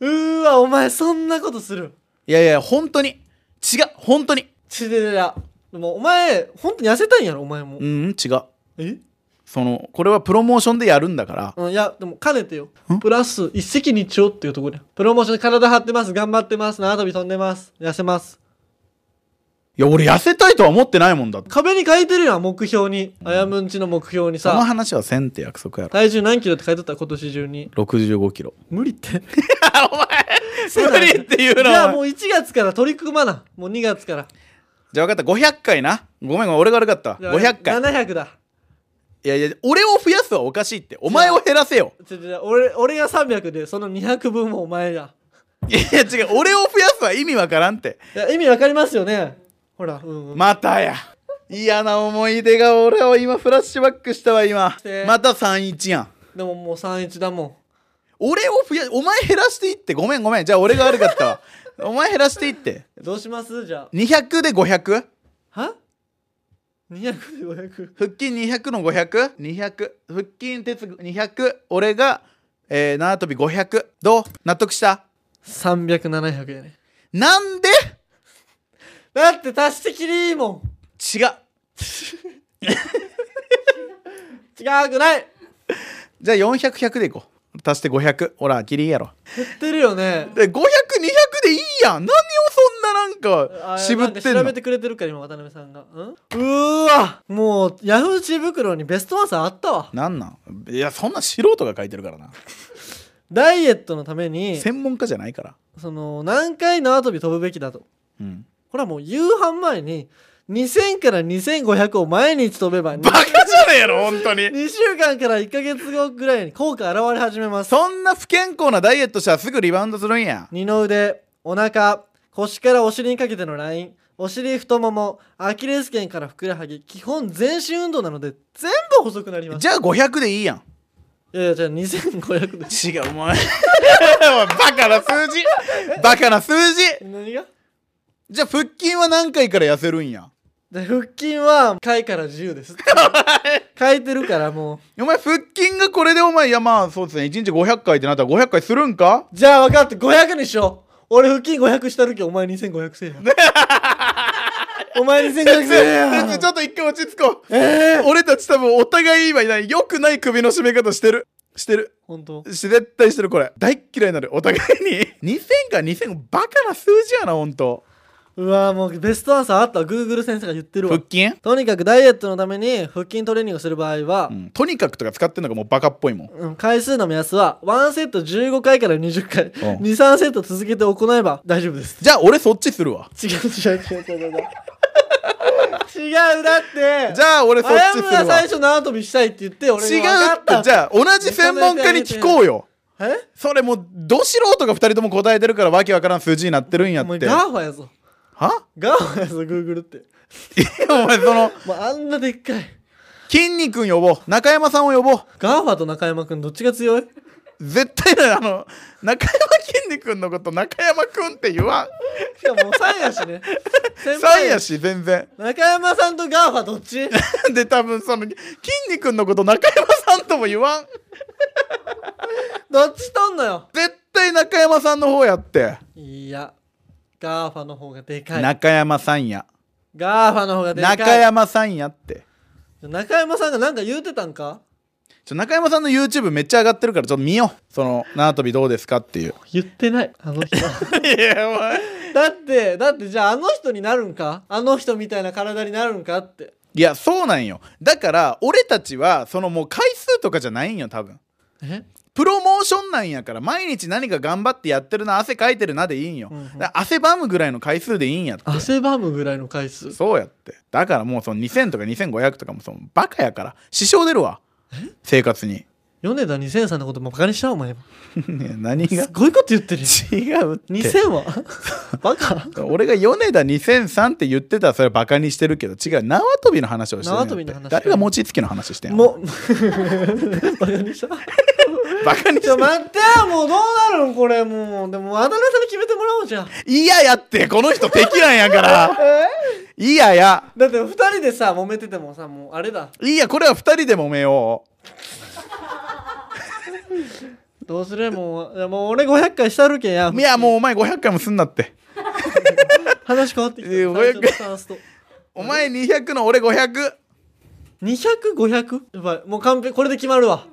Speaker 2: ーわお前そんなことする
Speaker 3: いやいや本当に違う本当に
Speaker 2: ちでれらでもお前本当に痩せたいんやろお前も、
Speaker 3: うーん違う
Speaker 2: え
Speaker 3: そのこれはプロモーションでやるんだから
Speaker 2: うん、いやでも兼ねてよプラス一石二鳥っていうところでプロモーションで体張ってます頑張ってます縄跳び飛んでます痩せます
Speaker 3: いや俺痩せたいとは思ってないもんだって
Speaker 2: 壁に書いてるやん目標にあやむんちの目標に
Speaker 3: その
Speaker 2: さ
Speaker 3: 話はせんって約束やろ
Speaker 2: 体重何キロって書いてた今年中に
Speaker 3: 65キロ
Speaker 2: 無理って <laughs>
Speaker 3: 無理って言う
Speaker 2: じ
Speaker 3: な
Speaker 2: ゃあ
Speaker 3: お
Speaker 2: も
Speaker 3: 前
Speaker 2: う1月から取り組まなもう2月から
Speaker 3: じゃあ分かった500回なごめんごめん俺が悪かったわ
Speaker 2: じゃあ
Speaker 3: 500回
Speaker 2: 700だ
Speaker 3: いやいや俺を増やすはおかしいってお前を減らせよ
Speaker 2: ちょちょ俺俺が300でその200分もお前だ
Speaker 3: いや違う俺を増やすは意味わからんって
Speaker 2: いや意味わかりますよねほらうん、うん、
Speaker 3: またや嫌な思い出が俺を今フラッシュバックしたわ今
Speaker 2: して
Speaker 3: また31やん
Speaker 2: でももう31だもん
Speaker 3: 俺を増やお前減らしていってごめんごめんじゃあ俺が悪かった <laughs> わお前減らしていって
Speaker 2: どうしますじゃあ
Speaker 3: 200で 500?
Speaker 2: は200で500
Speaker 3: 腹筋200の 500?200 腹筋鉄200俺が、えー、縄跳び500どう納得した
Speaker 2: 300700やね
Speaker 3: なんで
Speaker 2: だって足してきりいいもん
Speaker 3: 違う
Speaker 2: 違くない
Speaker 3: じゃあ400100でいこう足して500ほらキリいいやろ
Speaker 2: 言ってるよね
Speaker 3: で500200でいいやん何をそんなななんか
Speaker 2: あ
Speaker 3: 渋っ
Speaker 2: なんか
Speaker 3: てん
Speaker 2: 調
Speaker 3: の
Speaker 2: べてくれてるから今渡辺さんがうんうーわもうヤフー知恵袋にベストアンサーあったわ
Speaker 3: なんなんいやそんな素人が書いてるからな
Speaker 2: ダイエットのために
Speaker 3: 専門家じゃないから
Speaker 2: その何回縄跳び飛ぶべきだと
Speaker 3: うん
Speaker 2: これはもう夕飯前に2000から2500を毎日飛べば
Speaker 3: <laughs> バカじゃねえの本当に
Speaker 2: 2週間から1ヶ月後ぐらいに効果現れ始めます
Speaker 3: そんな不健康なダイエットしたらすぐリバウンドするんや
Speaker 2: 二の腕お腹腰からお尻にかけてのラインお尻太ももアキレス腱からふくらはぎ基本全身運動なので全部細くなります
Speaker 3: じゃあ500でいいやん
Speaker 2: いやいやじゃあ2500です
Speaker 3: <laughs> 違うお前お前バカな数 <laughs> 字バカな数字
Speaker 2: 何が
Speaker 3: じゃあ腹筋は何回から痩せるんや
Speaker 2: で腹筋は回から自由
Speaker 3: <laughs>
Speaker 2: です書いてるからも
Speaker 3: お前腹筋がこれでお前いやまあそうですね1日500回ってなったら500回するんか
Speaker 2: うじゃあ分かって500にしよう俺腹筋500したるけお前2500せえや <laughs> お前2500せえや
Speaker 3: <laughs> ちょっと一回落ち着こう、俺たち多分お互い今いない良くない首の締め方してるしてる
Speaker 2: 本当
Speaker 3: し絶対してるこれ大っ嫌いになるお互いに2000か2005バカな数字やな本当
Speaker 2: うわーもうベストアンサーあったわ Google 先生が言ってるわ
Speaker 3: 腹筋、
Speaker 2: とにかくダイエットのために腹筋トレーニングをする場合は
Speaker 3: う、ん、とにかくとか使ってんのがもうバカっぽいもん
Speaker 2: うん回数の目安は1セット15回から20回、
Speaker 3: うん
Speaker 2: 23セット続けて行えば大丈夫です
Speaker 3: <laughs> じゃあ俺そっちするわ
Speaker 2: 違う違う違う違う違う違うだって
Speaker 3: じゃあ俺そっ
Speaker 2: あや
Speaker 3: ちす
Speaker 2: む
Speaker 3: る
Speaker 2: が最
Speaker 3: わ
Speaker 2: 初縄跳びしたいって言って俺
Speaker 3: 違
Speaker 2: が分か
Speaker 3: うってじゃあ同じ専門家に聞こうよ
Speaker 2: あえ
Speaker 3: それもうど素人が2人とも答えてるからわけわからん数字になってるんや
Speaker 2: お前
Speaker 3: って
Speaker 2: ガ
Speaker 3: は
Speaker 2: ーファやぞガーファやぞ Google って
Speaker 3: お前その
Speaker 2: もうあんなでっかい
Speaker 3: 筋肉呼ぼう中山さんを呼ぼう
Speaker 2: ガーファと中山くんどっちが強い
Speaker 3: 絶対なあの中山筋肉のこと中山くんって言わん
Speaker 2: しかもも3やし
Speaker 3: <laughs>
Speaker 2: ね先
Speaker 3: さんやし全然
Speaker 2: 中山さんとガーファどっ
Speaker 3: <laughs>
Speaker 2: ち
Speaker 3: で多分その筋肉のこと中山さんとも言わん
Speaker 2: どっちとんのよ
Speaker 3: 絶対中山さんの方やって、
Speaker 2: いやガーファの方がでかい
Speaker 3: 中山さんや
Speaker 2: ガーファの方がでかい
Speaker 3: 中山さんやって
Speaker 2: 中山さんがなんか言うてたんか
Speaker 3: ちょ中山さんの YouTube めっちゃ上がってるからちょっと見ようその縄跳びどうですかっ
Speaker 2: <laughs>
Speaker 3: ていう
Speaker 2: 言ってないあの人
Speaker 3: いやお前
Speaker 2: <laughs> だってだってじゃああの人になるんかあの人みたいな体になるんかって
Speaker 3: いやそうなんよだから俺たちはそのもう回数とかじゃないんよ多分
Speaker 2: え
Speaker 3: プロモーションなんやから毎日何か頑張ってやってるな汗かいてるなでいいんよ、
Speaker 2: うんうん
Speaker 3: だから汗ばむぐらいの回数でいいんやって
Speaker 2: 汗ばむぐらいの回数
Speaker 3: そうやってだからもうその2000とか2500とかもそのバカやから支障出るわ生活に <laughs>
Speaker 2: 米田2000さんのこともバカにしちゃうお前
Speaker 3: ね何が
Speaker 2: すごいこと言ってるよ
Speaker 3: 違うって
Speaker 2: 2000はバカ
Speaker 3: 俺が米田2003って言ってたらそれバカにしてるけど違う縄跳びの話をしてるんやって
Speaker 2: 縄跳びの話
Speaker 3: 誰が餅つきの話してんの
Speaker 2: もう <laughs> バカにした
Speaker 3: バカにし
Speaker 2: ちょ
Speaker 3: て
Speaker 2: 待ってもうどうなるんこれもうでも渡辺さんに決めてもらおうじゃん
Speaker 3: いややってこの人敵なんやから
Speaker 2: え
Speaker 3: いやや
Speaker 2: だって2人でさ揉めててもさもうあれだ
Speaker 3: いやこれは二人で揉めよ
Speaker 2: どうするもういやもう俺500回したるけんや
Speaker 3: ういやもうお前500回もすんなって
Speaker 2: 話変わってきた
Speaker 3: いや
Speaker 2: 最初
Speaker 3: 500
Speaker 2: のスタンスと
Speaker 3: お前200の俺500200
Speaker 2: 200500? やばいもう完璧これで決まるわ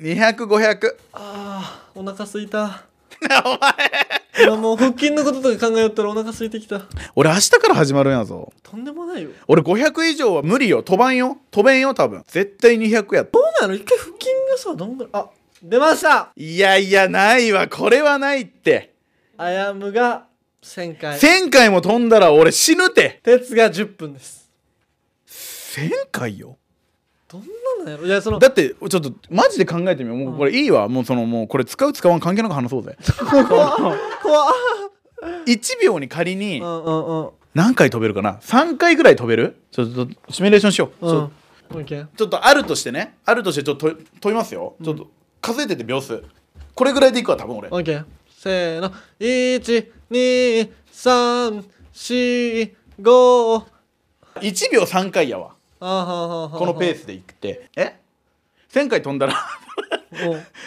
Speaker 3: 500
Speaker 2: あーお腹すいた
Speaker 3: <laughs> お前
Speaker 2: 今もう腹筋のこととか考えよったらお腹空いてきた
Speaker 3: 俺明日から始まるんやぞ
Speaker 2: とんでもないよ
Speaker 3: 俺500以上は無理よ飛ばんよ飛べんよ多分絶対200やって
Speaker 2: どうなの一回腹筋がさどんぐらいあ出ました
Speaker 3: いやいやないわこれはないって
Speaker 2: あやむが1000回
Speaker 3: 1000回も飛んだら俺死ぬて
Speaker 2: 鉄が10分です
Speaker 3: 1000回よ
Speaker 2: どんなのやろいやその
Speaker 3: だってちょっとマジで考えてみようもうこれいいわもうそのもうこれ使う使わん関係なく話そうぜ
Speaker 2: 怖っ怖っ
Speaker 3: 1秒に仮に
Speaker 2: うんうんうん
Speaker 3: 何回飛べるかな3回ぐらい飛べるちょっとシミュレーションしよう、
Speaker 2: う
Speaker 3: ち
Speaker 2: ん
Speaker 3: ょ
Speaker 2: オッケー
Speaker 3: ちょっとあるとしてねあるとしてちょっと飛飛びますよ、ちょっと数えてて秒数これぐらいでいくわ多分俺
Speaker 2: オッケーせーの12345
Speaker 3: 1秒3回やわ
Speaker 2: あはははは
Speaker 3: このペースでいくってえ1000回飛んだら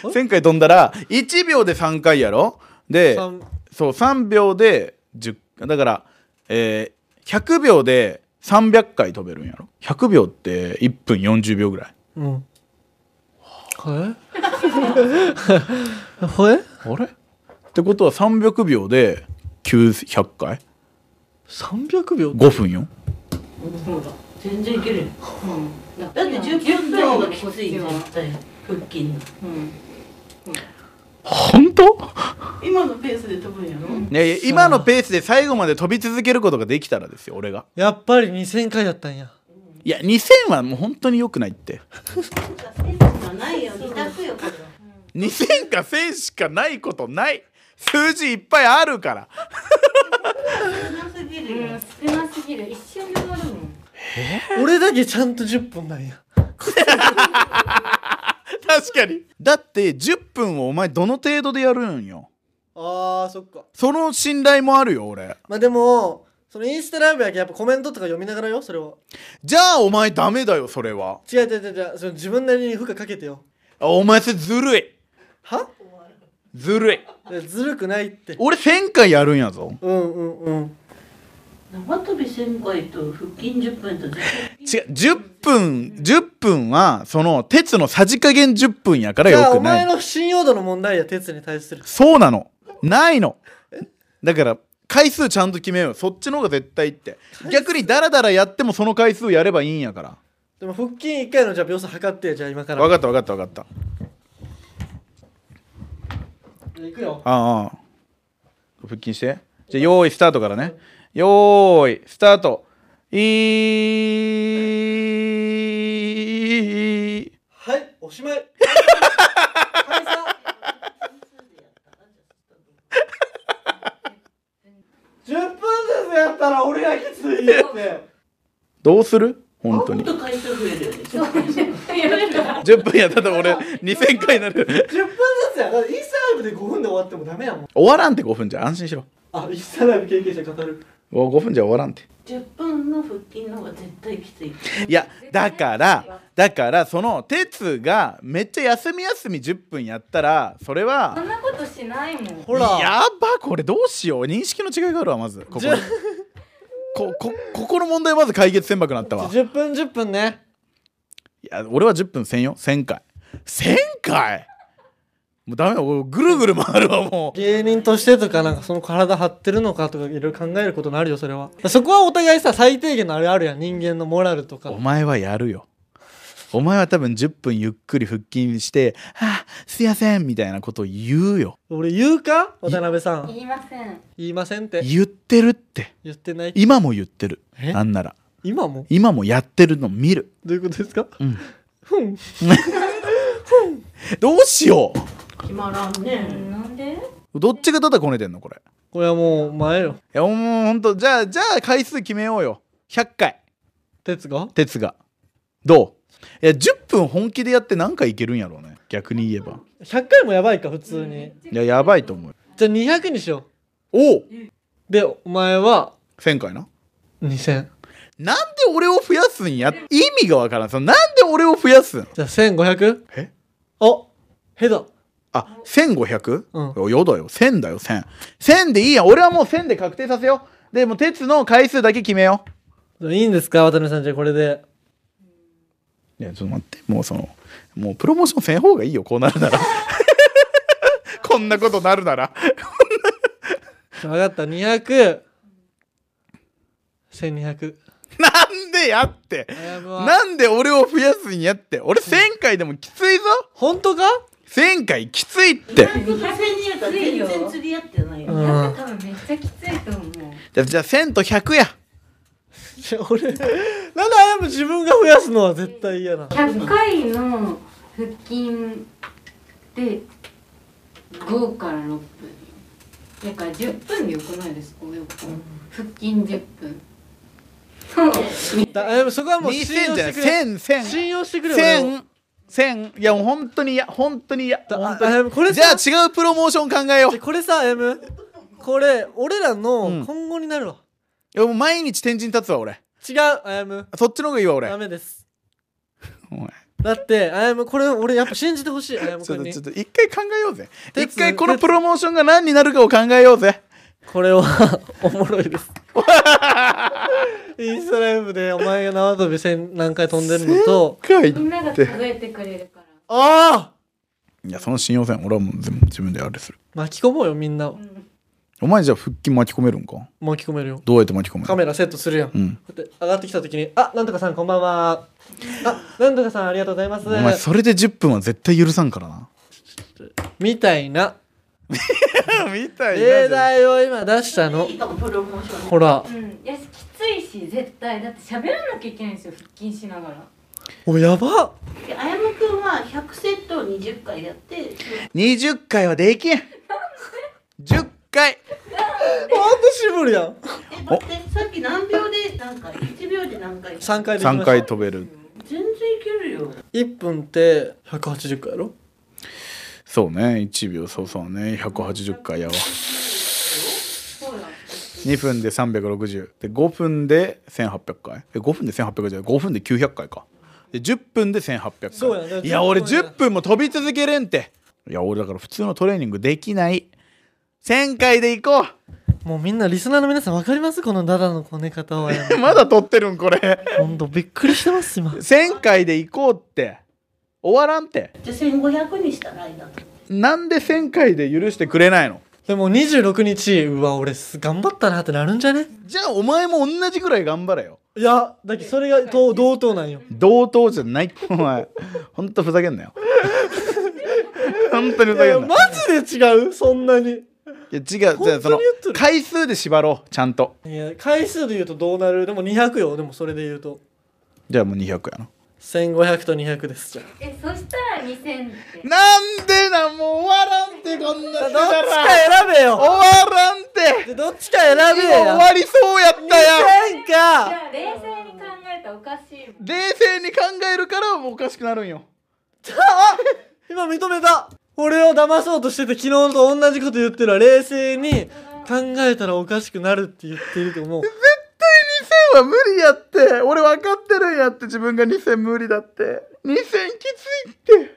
Speaker 2: お
Speaker 3: 1000回飛んだら1秒で3回やろで
Speaker 2: 三
Speaker 3: そう3秒で10だから、えー100秒で300回飛べるんやろ100秒って1分40秒ぐらい
Speaker 2: うん <laughs> はえはえ
Speaker 3: あれってことは300秒で900回
Speaker 2: 300秒
Speaker 3: 5分よ
Speaker 4: 全然いけるよ
Speaker 5: だっ
Speaker 4: だって
Speaker 5: て
Speaker 4: 10
Speaker 5: 10
Speaker 4: 分
Speaker 5: 分
Speaker 4: の方
Speaker 5: の
Speaker 4: が
Speaker 5: が
Speaker 4: き
Speaker 5: き
Speaker 4: つ
Speaker 5: つ
Speaker 4: い
Speaker 5: い
Speaker 4: じ
Speaker 5: じ
Speaker 4: ゃ
Speaker 5: ゃ
Speaker 4: ん
Speaker 5: ん
Speaker 4: 絶対腹筋の
Speaker 3: 本当
Speaker 4: 今のペースで飛ぶんやろ
Speaker 3: いやいや今のペースで最後まで飛び続けることができたらですよ俺が
Speaker 2: やっぱり2000回だったんや
Speaker 3: いや2000はもう本当に良くないって
Speaker 4: じゃないよ自宅よこれは
Speaker 3: 2000か1000しかないことない数字いっぱいあるから
Speaker 4: 少なすぎるよ
Speaker 5: 少なすぎる一瞬で終わるもん
Speaker 2: 俺だけちゃんと10分なんや
Speaker 3: 確かにだって10分をお前どの程度でやるんよ
Speaker 2: あーそっか
Speaker 3: その信頼もあるよ俺
Speaker 2: まあでもそのインスタライブやけやっぱコメントとか読みながらよそれは
Speaker 3: じゃあお前ダメだよそれは
Speaker 2: 違う違う違う違うその自分なりに負荷かけてよ
Speaker 3: あお前それずるい
Speaker 2: は
Speaker 3: ずるい
Speaker 2: いやずるくないって
Speaker 3: 俺1000回やるんやぞ
Speaker 2: うんうんうん
Speaker 4: 縄跳び1000回と腹筋10分と
Speaker 3: 違う10分10分はその鉄のさじ加減10分やから
Speaker 2: じゃあ
Speaker 3: よ
Speaker 2: お
Speaker 3: くな
Speaker 2: 前
Speaker 3: い
Speaker 2: の信用度の問題や鉄に対する
Speaker 3: そうなのないのだから回数ちゃんと決めようそっちの方が絶対いいって逆にダラダラやってもその回数やればいいんやから
Speaker 2: でも腹筋1回のじゃあ秒数測ってよじゃあ今から
Speaker 3: 分かった分かった分かった
Speaker 2: じゃあいくよ
Speaker 3: ああ腹筋してじゃあ用意スタートからね用意スタートいー
Speaker 2: はいおしまい <laughs> 解散10分ずつやったら俺がきついよって
Speaker 3: どうする本当
Speaker 4: 10
Speaker 3: に
Speaker 4: もっと回数増えるよね10回
Speaker 3: 10分やったら俺2000回にな
Speaker 2: 10
Speaker 3: る
Speaker 2: 分ずつやだからインスタライブで5分で終わってもダメやもん
Speaker 3: 終わらんって5分じゃ安心しろ
Speaker 2: あインスタライブ経験者語る
Speaker 3: 5分じゃ終わらんって
Speaker 4: 10分の腹筋の方が絶対きつい
Speaker 3: いやだからだからその鉄がめっちゃ休み休み10分やったらそれ
Speaker 5: そ
Speaker 3: は
Speaker 5: んなことしないもん
Speaker 2: ほら
Speaker 3: やばこれどうしよう認識の違いがあるわまずここ
Speaker 2: じゃあ
Speaker 3: ここここの問題まず解決せんばく
Speaker 2: <laughs>
Speaker 3: なったわ
Speaker 2: 10分10分ね
Speaker 3: いや俺は10分1000よ1000回1000回もうダメだ俺ぐるぐる回るわもう
Speaker 2: 芸人としてとかなんかその体張ってるのかとかいろいろ考えることになるよそれはそこはお互いさ最低限のあれあるやん人間のモラルとか
Speaker 3: お前はやるよお前は多分10分ゆっくり腹筋して「あすいません」みたいなことを言うよ
Speaker 2: 俺言うか渡辺さん
Speaker 5: 言いません
Speaker 2: 言いませんって
Speaker 3: 言ってるって
Speaker 2: 言ってない
Speaker 3: 今も言ってる
Speaker 2: え
Speaker 3: なんなら
Speaker 2: 今も
Speaker 3: 今もやってるの見る
Speaker 2: どういうことですか
Speaker 3: うん
Speaker 2: ふん
Speaker 3: どうしよ
Speaker 4: 決まらんね
Speaker 5: なんで
Speaker 3: うどっちがただこねてんのこれい
Speaker 2: これはもう前よ
Speaker 3: やもうほんとじゃあじゃあ回数決めようよ100回
Speaker 2: 哲が
Speaker 3: 鉄がどういや10分本気でやって何回いけるんやろうね逆に言えば
Speaker 2: 100回もやばいか普通に
Speaker 3: いややばいと思う
Speaker 2: じゃあ200にしよ
Speaker 3: おう
Speaker 2: うでお前は
Speaker 3: 1000回な
Speaker 2: 2000
Speaker 3: なんで俺を増やすんや意味がわからんそのなんで俺を増やすん
Speaker 2: じゃあ 1500?
Speaker 3: え
Speaker 2: あヘだ
Speaker 3: あ千 1500?
Speaker 2: う
Speaker 3: よだよ1000だよ1000 1000でいいやん俺はもう1000で確定させようでもう鉄の回数だけ決めよ
Speaker 2: じ
Speaker 3: う
Speaker 2: ゃあいいんですか渡辺さんじゃあこれで
Speaker 3: いやちょっと待ってもうそのもうプロモーションせん方がいいよこうなるなら <laughs> こんなことなるなら
Speaker 2: 分かった200 1200
Speaker 3: <laughs> なんでやって
Speaker 2: あやぶは
Speaker 3: なんで俺を増やすんやって俺1000回でもきついぞ
Speaker 2: 本当か
Speaker 3: 1000回きついって
Speaker 4: 100と1000人やったら全然釣り合ってないよ
Speaker 2: うん
Speaker 5: なんか多分めっちゃきついと思う
Speaker 3: じゃあじゃあ1000と100や
Speaker 2: いや <laughs> 俺なんであやむ自分が増やすのは絶対嫌な
Speaker 5: 100回の腹筋で5から6分だから10分でよくないですかよく腹筋10分
Speaker 2: だあやむそこはもう
Speaker 3: 2000
Speaker 2: 信用
Speaker 3: じ
Speaker 2: し
Speaker 3: ゃな
Speaker 2: て
Speaker 3: い
Speaker 2: くれ
Speaker 3: 1000 1000
Speaker 2: 信用してくれ俺を
Speaker 3: 1000 1000いやもう本当にいや本当にいや
Speaker 2: だ
Speaker 3: 本
Speaker 2: ああ
Speaker 3: 当
Speaker 2: や
Speaker 3: に
Speaker 2: むこれ
Speaker 3: じゃ
Speaker 2: さ
Speaker 3: あ違うプロモーション考えよう
Speaker 2: これさあやむこれ俺ら
Speaker 3: う
Speaker 2: の
Speaker 3: ん
Speaker 2: 今後になるわ
Speaker 3: いやもう毎日天神立つわ俺
Speaker 2: 違うあやむ
Speaker 3: そっちの方がいいわ俺
Speaker 2: ダメです
Speaker 3: お前
Speaker 2: だってあやむこれ俺やっぱ信じてほしいあやむ
Speaker 3: ちょ
Speaker 2: く
Speaker 3: っ
Speaker 2: ん
Speaker 3: と
Speaker 2: に
Speaker 3: ちょっと一回考えようぜ
Speaker 2: 鉄
Speaker 3: 一回このプロモーションが何になるかを考えようぜ
Speaker 2: これは <laughs> おもろい
Speaker 3: <laughs>
Speaker 2: ですインスタライブでお前が縄跳び千何回飛んでるのと
Speaker 3: 回
Speaker 5: みんなが数えてくれるから
Speaker 2: ああ
Speaker 3: いやその信用線俺はもう全部自分であれする
Speaker 2: 巻き込もうよみんなを
Speaker 5: うん
Speaker 3: お前じゃあ腹筋巻き込めるんか
Speaker 2: 巻き込めるよ
Speaker 3: どうやって巻き込め
Speaker 2: カ
Speaker 3: る
Speaker 2: メラセットするやん、
Speaker 3: うん
Speaker 2: だって上がってきた時に「あなんとかさんこんばんは」あ「なんとかさんありがとうございます
Speaker 3: お」前それで10分は絶対許さんか
Speaker 2: <laughs>
Speaker 3: らな
Speaker 2: みたいな
Speaker 3: みた
Speaker 2: 例題を今出したの
Speaker 4: いいとこプロモーション
Speaker 2: ほら
Speaker 5: うんいやきついし絶対だって喋らなきゃいけないんですよ腹筋しながら
Speaker 2: おやばっ
Speaker 4: であやむくんは100セットを20回やって
Speaker 3: 20回はできん10回
Speaker 2: ほんと絞るやん
Speaker 4: えだってさっき何秒で何回1秒で何回
Speaker 2: 3回できまし
Speaker 3: 3
Speaker 2: た
Speaker 3: 回飛べる
Speaker 4: 全然いけるよ
Speaker 2: 1分って180回やろ
Speaker 3: そうね1秒そうそうね180回やわ
Speaker 5: そうだ
Speaker 3: 2分で360で5分で1800回え5分で1800回じゃない5分で900回かで10分で1800回
Speaker 2: そうやね
Speaker 3: いや俺
Speaker 2: 10分や
Speaker 3: 10分も飛び続けれんっていや俺だから普通のトレーニングできない1000回で行こ
Speaker 2: もうみんなリスナーの皆さん分かりますこのダダのこね方は <laughs>
Speaker 3: う <laughs> まだ撮ってるんこれ
Speaker 2: ほんとびっくりしてます今
Speaker 3: 1000回で行こうって終わらんって
Speaker 4: じゃあ1500にしたらいいなと
Speaker 3: なんで1000回で許してくれないの
Speaker 2: でも26日うわ俺す頑張ったなってなるんじゃね
Speaker 3: じゃあお前も同じくらい頑張れよ
Speaker 2: いやだってそれがと同等なんよ
Speaker 3: 同等じゃないってお前ほんとふざけんなよ <laughs> 本当にふざ
Speaker 2: い
Speaker 3: け
Speaker 2: や
Speaker 3: んな
Speaker 2: マジで違うそんなに
Speaker 3: いや違うじゃあ
Speaker 2: 本当に
Speaker 3: その
Speaker 2: 言ってる
Speaker 3: 回数で縛ろうちゃんと
Speaker 2: いや回数で言うとどうなるでも200よでもそれで言うと
Speaker 3: じゃあもう200やな
Speaker 2: 1500と200ですじゃあ
Speaker 5: えそしたら2000って
Speaker 3: なんでなもう終わらんってこんなく
Speaker 2: どっ
Speaker 3: だ
Speaker 2: ち
Speaker 3: らん
Speaker 2: か選べよ
Speaker 3: 終わらんって
Speaker 2: でどっちか選べ
Speaker 3: もう
Speaker 2: よ
Speaker 3: 終わりそうやったやん
Speaker 2: 2000か
Speaker 5: じゃあ冷静に考えたらおかしいもん
Speaker 3: 冷静に考えるからもうおかしくなるんよ
Speaker 2: あ今認めた俺を騙そうとしてて昨日と同じこと言ってるわ冷静に考えたらおかしくなるって言ってると思う
Speaker 3: 2000は無理やって俺分かってるんやって自分が2000無理だって2000きついって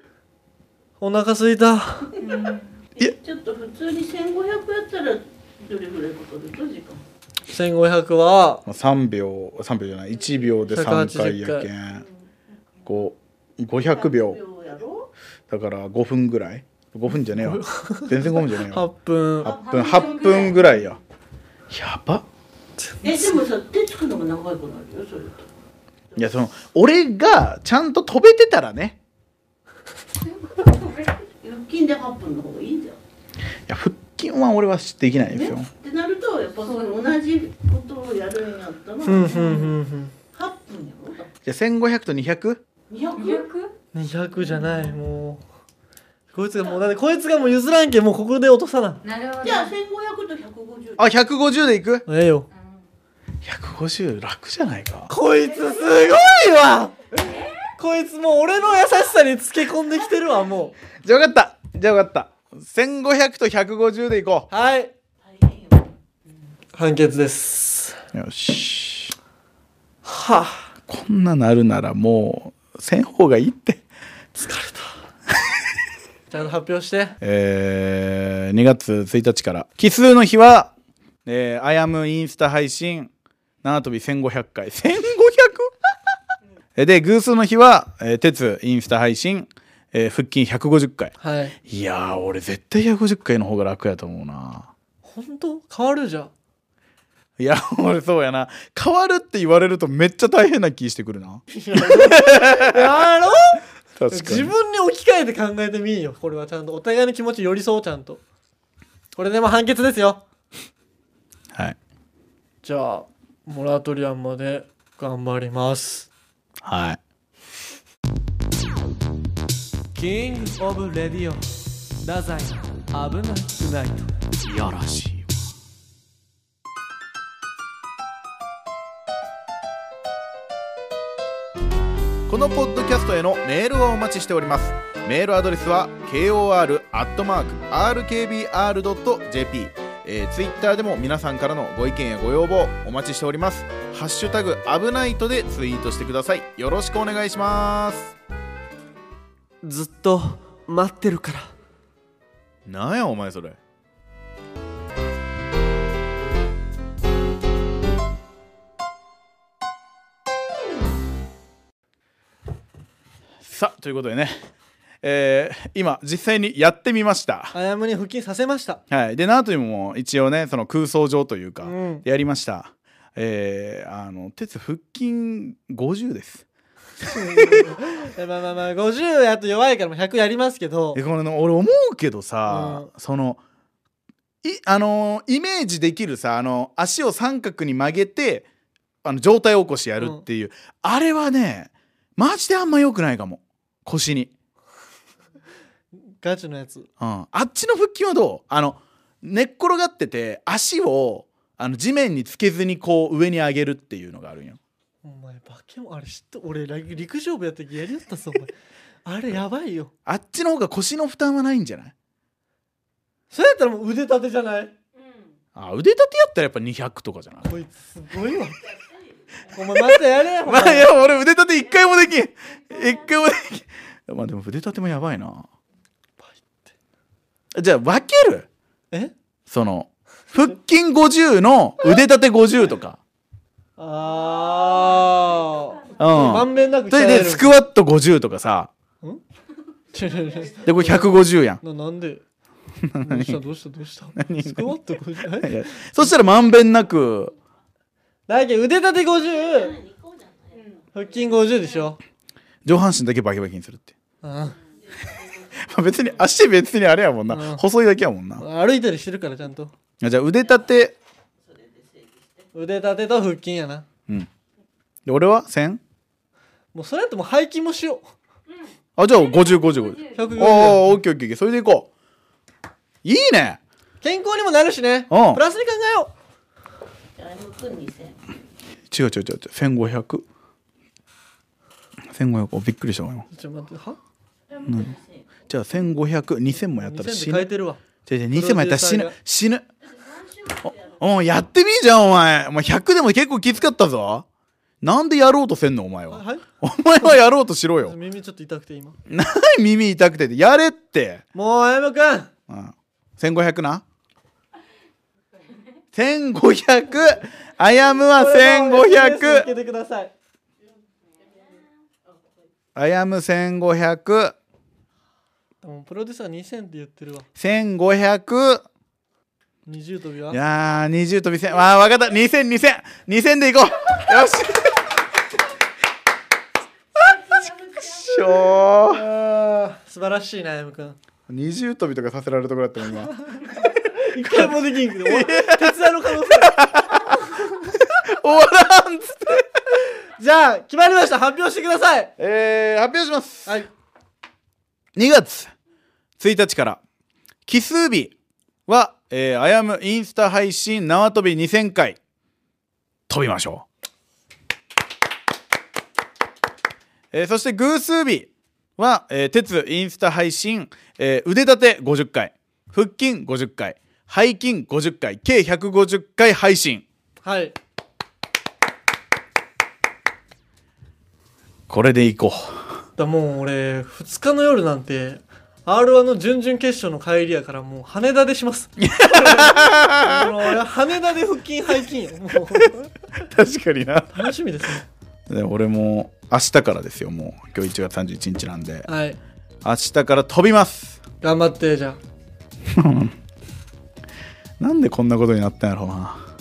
Speaker 2: お腹すいた
Speaker 3: いや
Speaker 4: えちょっと普通に1500やったらどれぐらいかかると時間
Speaker 2: 1500は
Speaker 3: 3秒3秒じゃない1秒で3回やけんこう500秒
Speaker 4: 秒やろ
Speaker 3: だから5分ぐらい5分じゃねえわ全然5分じゃねえ
Speaker 2: 8
Speaker 3: わ
Speaker 2: 分
Speaker 3: 8分
Speaker 5: 半
Speaker 3: 8
Speaker 5: 分ぐらい
Speaker 3: 分ぐらいややば
Speaker 4: えでもさ手つくのが長いくなるよそれと
Speaker 3: いやその俺がちゃんと飛べてたらね
Speaker 4: 腹筋で8分の方がいいじゃ
Speaker 3: い
Speaker 4: ん
Speaker 3: や腹筋は俺はできないですよ
Speaker 4: ね、ってなるとやっぱその同じことをやるんやったら
Speaker 2: うんうんうん
Speaker 4: 8分やろだ
Speaker 3: じゃあ1500と 200?
Speaker 4: 200
Speaker 5: 200?
Speaker 2: うん200じゃないもうこいつがもうだってこいつがもう譲らんけんもうここで落とさな
Speaker 5: なるほど
Speaker 4: じゃあ1500と150
Speaker 3: あ150でいく
Speaker 2: ええよ
Speaker 3: 150楽じゃないか
Speaker 2: こいつすごいわこいつもう俺の優しさにつけ込んできてるわも
Speaker 3: じゃあ分かったじゃあ分かった1500と150でいこ
Speaker 2: うはい
Speaker 4: 大変よ
Speaker 2: 判決です
Speaker 3: うよし
Speaker 2: はあ
Speaker 3: こんななるならもうせん方がいいって
Speaker 1: <laughs>
Speaker 2: ちゃんと発表して
Speaker 3: えー2月1日から奇数の日は、えーアヤムインスタ配信縄跳び1500回 1500? えーで偶数の日は、えー鉄インスタ配信、えー腹筋150回
Speaker 2: はい
Speaker 3: いやー俺絶対150回の方が楽やと思うな
Speaker 2: 本当変わるじゃん
Speaker 3: いや <laughs> 俺そうやな変わるって言われるとめっちゃ大変な気してくるな
Speaker 2: やろ
Speaker 3: 確
Speaker 2: 自分に置き換えて考えてみいよこれはちゃんとお互いの気持ち寄り添うちゃんとこれでも判決ですよ
Speaker 3: はい
Speaker 2: じゃあモラトリアンまで頑張ります
Speaker 3: はい
Speaker 1: キングオブレディオ太宰の危なくないと
Speaker 3: いやらしいわこのポッドキャストへのメールをお待ちしておりますメールアドレスは kor.rkbr.jp えー、ツイッターでも皆さんからのご意見やご要望お待ちしておりますハッシュタグ危ないとでツイートしてくださいよろしくお願いします
Speaker 1: ずっと待ってるから
Speaker 3: なんやお前それさあということでね、えー今実際にやってみました
Speaker 2: あやむに腹筋させました
Speaker 3: はい、でナートゥも一応ねその空想上というか、
Speaker 2: うん <laughs>
Speaker 3: やりましたえー、あの鉄腹筋50です
Speaker 2: えまあまあまあ50やと弱いからもう100やりますけど
Speaker 3: えこれの俺思うけどさ、そのいあのーイメージできるさあの足を三角に曲げてあの上体起こしやるっていう、あれはねマジであんま良くないかも腰に、
Speaker 2: ガチのやつ
Speaker 3: うん、あっちの腹筋はどうあの寝っ転がってて足をあの地面につけずにこう上に上げるっていうのがあるんよ
Speaker 2: お前バケモンあれ知った俺ら陸上部やった時やりよったぞお前あれやばいよ
Speaker 3: あっちの方が腰の負担はないんじゃない
Speaker 2: それやったらもう腕立てじゃない
Speaker 3: あ腕立てやったらやっぱ200とかじゃない
Speaker 2: こいつすごいわお前またやれよ
Speaker 3: まあいや俺腕立て1回もできん1回もできんまあでも腕立てもやばいなじゃあ分ける
Speaker 2: え
Speaker 3: その腹筋50の腕立て50とか
Speaker 2: あ
Speaker 3: う
Speaker 2: あま
Speaker 3: ん
Speaker 2: んべんなく
Speaker 3: それでスクワット50とかさでこれ150やん
Speaker 2: なな
Speaker 1: <laughs>
Speaker 2: んでどうしたどうしたどうしたスクワット50え
Speaker 3: いやそしたらまんべんなく
Speaker 2: だけど腕立て50腹筋50でしょ
Speaker 3: 上半身だけバキバキにするって
Speaker 2: うん
Speaker 3: まあ別に足別にあれやもんな
Speaker 2: うん
Speaker 3: 細いだけやもんな
Speaker 2: 歩いたりしてるからちゃんと
Speaker 3: じゃあ腕立て
Speaker 2: 腕立てと腹筋やな
Speaker 3: で俺は 1000?
Speaker 2: もうそれやったらもう背筋もしよ
Speaker 3: あじゃあ5050 50
Speaker 2: う150
Speaker 3: おおオッケーオッケーオッケーそれでいこういいね
Speaker 2: 健康にもなるしねプ
Speaker 3: うん
Speaker 2: ラスに考えよ
Speaker 4: あゆむくん2000
Speaker 3: 違う違う違う違う1500 1500おびっくりしたわ今
Speaker 2: うちょっと待っては
Speaker 3: じゃあ15002000もやったら
Speaker 2: 2000
Speaker 3: 死
Speaker 2: で変え
Speaker 3: ぬ
Speaker 2: てるわ
Speaker 3: 違う違う2000もやったら死
Speaker 2: プロデューサー
Speaker 3: ぬ
Speaker 2: が
Speaker 3: 死ぬおおやってみじゃんお前お前100でも結構きつかったぞなんでやろうとせんのお前は
Speaker 2: はい
Speaker 3: お前はやろうとしろよ
Speaker 2: 耳ちょっと痛くて今
Speaker 3: 何耳痛くてってやれって
Speaker 2: もうあやむくん
Speaker 3: うん、1500な1500あやむは
Speaker 2: つけ
Speaker 3: 1500
Speaker 2: てください
Speaker 3: あやむ1500
Speaker 2: もうプロデューサー2000って言ってるわ
Speaker 3: 1500
Speaker 2: 20飛び
Speaker 3: い
Speaker 2: は
Speaker 3: やー20飛び1000わあ分かった20002000 2000でいこうよししょー
Speaker 2: あー素晴らしいなあやむくん
Speaker 3: 20飛びとかさせられるところだったの今
Speaker 2: 一回もできんけどお手伝いの可能性
Speaker 3: 終わらんっつって
Speaker 2: じゃあ決まりました発表してください
Speaker 3: えー、発表します
Speaker 2: はい
Speaker 3: 2月1日から奇数日は、えー、あやむインスタ配信縄跳び2000回飛びましょう、えーそして偶数日は、えー、鉄インスタ配信、えー腕立て50回腹筋50回背筋50回計150回配信
Speaker 2: はい
Speaker 3: これでいこ
Speaker 2: だもう俺2日の夜なんて R1 の準々決勝の帰りやからもう羽田でします <laughs> もう俺羽田で腹筋背筋よもう
Speaker 3: う <laughs> 確かにな
Speaker 2: 楽しみですね
Speaker 3: で俺も明日からですよもう今日1月31日なんで
Speaker 2: はい
Speaker 3: 明日から飛びます
Speaker 2: 頑張ってじゃ
Speaker 3: なんでこんなことになったんやろうな
Speaker 2: あ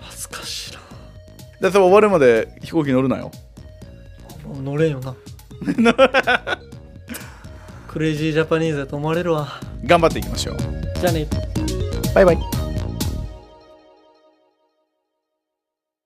Speaker 2: 恥ずかしいな
Speaker 3: でそれ終わるまで飛行機乗るなよ
Speaker 2: もう乗れんよ <laughs> なクレイジージャパニーズだと思われるわ
Speaker 3: 頑張っていきましょう
Speaker 2: じゃあね
Speaker 3: バイバイ